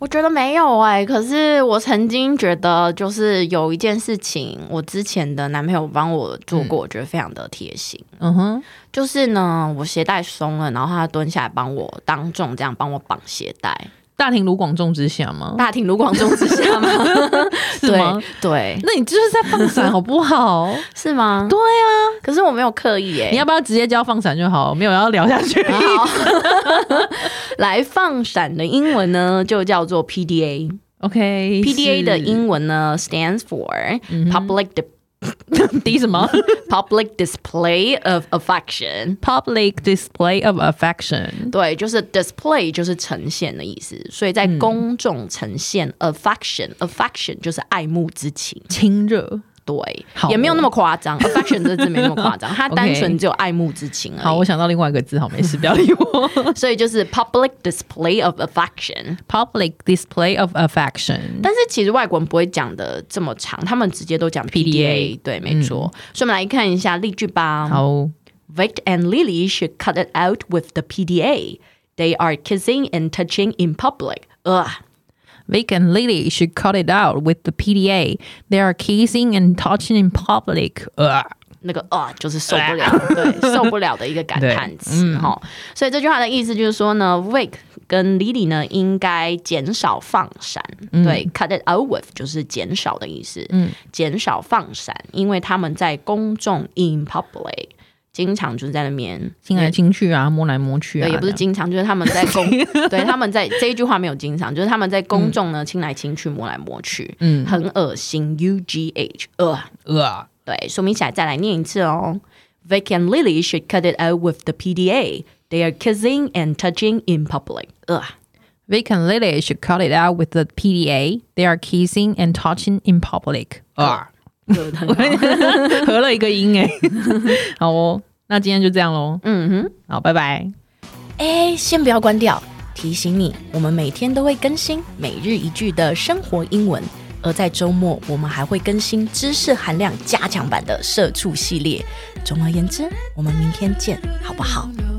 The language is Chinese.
我觉得没有哎、可是我曾经觉得，就是有一件事情，我之前的男朋友帮我做过，我觉得非常的贴心。嗯哼，就是呢，我鞋带松了，然后他蹲下来帮我当众这样帮我绑鞋带，大庭卢广仲之下吗？大庭卢广众之下 吗？是吗对对，那你就是在放闪，好不好？是吗？对啊，可是我没有刻意哎、你要不要直接教放闪就好？没有要聊下去。好，来放闪的英文呢，就叫做 PDA。 OK， PDA 是嗯的英文呢，stands for public di- D 什么 public display of affection。 ？Public display of affection。对，就是 display 就是呈现的意思，所以在嗯公众呈现 affection，affection、就是爱慕之情，亲热，对好，哦也没有那么夸张，affection 这字没那么夸张， 它 OK 单纯只有爱慕之情好，而我已，想到另外一个字，好，没事，不要理 我。所以就是 public display of affection。 Public display of affection，但是其实外国人不会讲的这么长，他们直接都讲 PDA，对，没错。所以我们来看一下例句吧。嗯好 Vic and Lily should cut it out with the PDA. They are kissing and touching in public. Ugh. ，Vic and Lily should cut it out with the PDA. They are kissing and touching in public. 呃那个啊，就是受不了，对， 嗯受不了的一个感叹词哈、所以这句话的意思就是说呢，Wake 跟 Lily 呢应该减少放闪，对，cut it out with 就是减少的意思，嗯，减少放闪，因为他们在公众 in public 经常就是在那边。亲来亲去啊，摸来摸去啊，对，也不是经常，就是他们在 公，对，他们在这一句话没有经常，就是他们在公众呢亲来亲去，摸来摸去，嗯，很恶心，U G H，呃，呃，对，说明起来再来念一次哦。Vic and Lily should cut it out with the PDA. They are kissing and touching in public. 呃， Vic and Lily should cut it out with the PDA. They are kissing and touching in public. Ah. 啊，有的合了一个音哎。好哦，那今天就这样喽。嗯哼，好，拜拜。哎，先不要关掉，提醒你，我们每天都会更新每日一句的生活英文，而在周末我们还会更新知识含量加强版的社畜系列。总而言之，我们明天见，好不好？ No,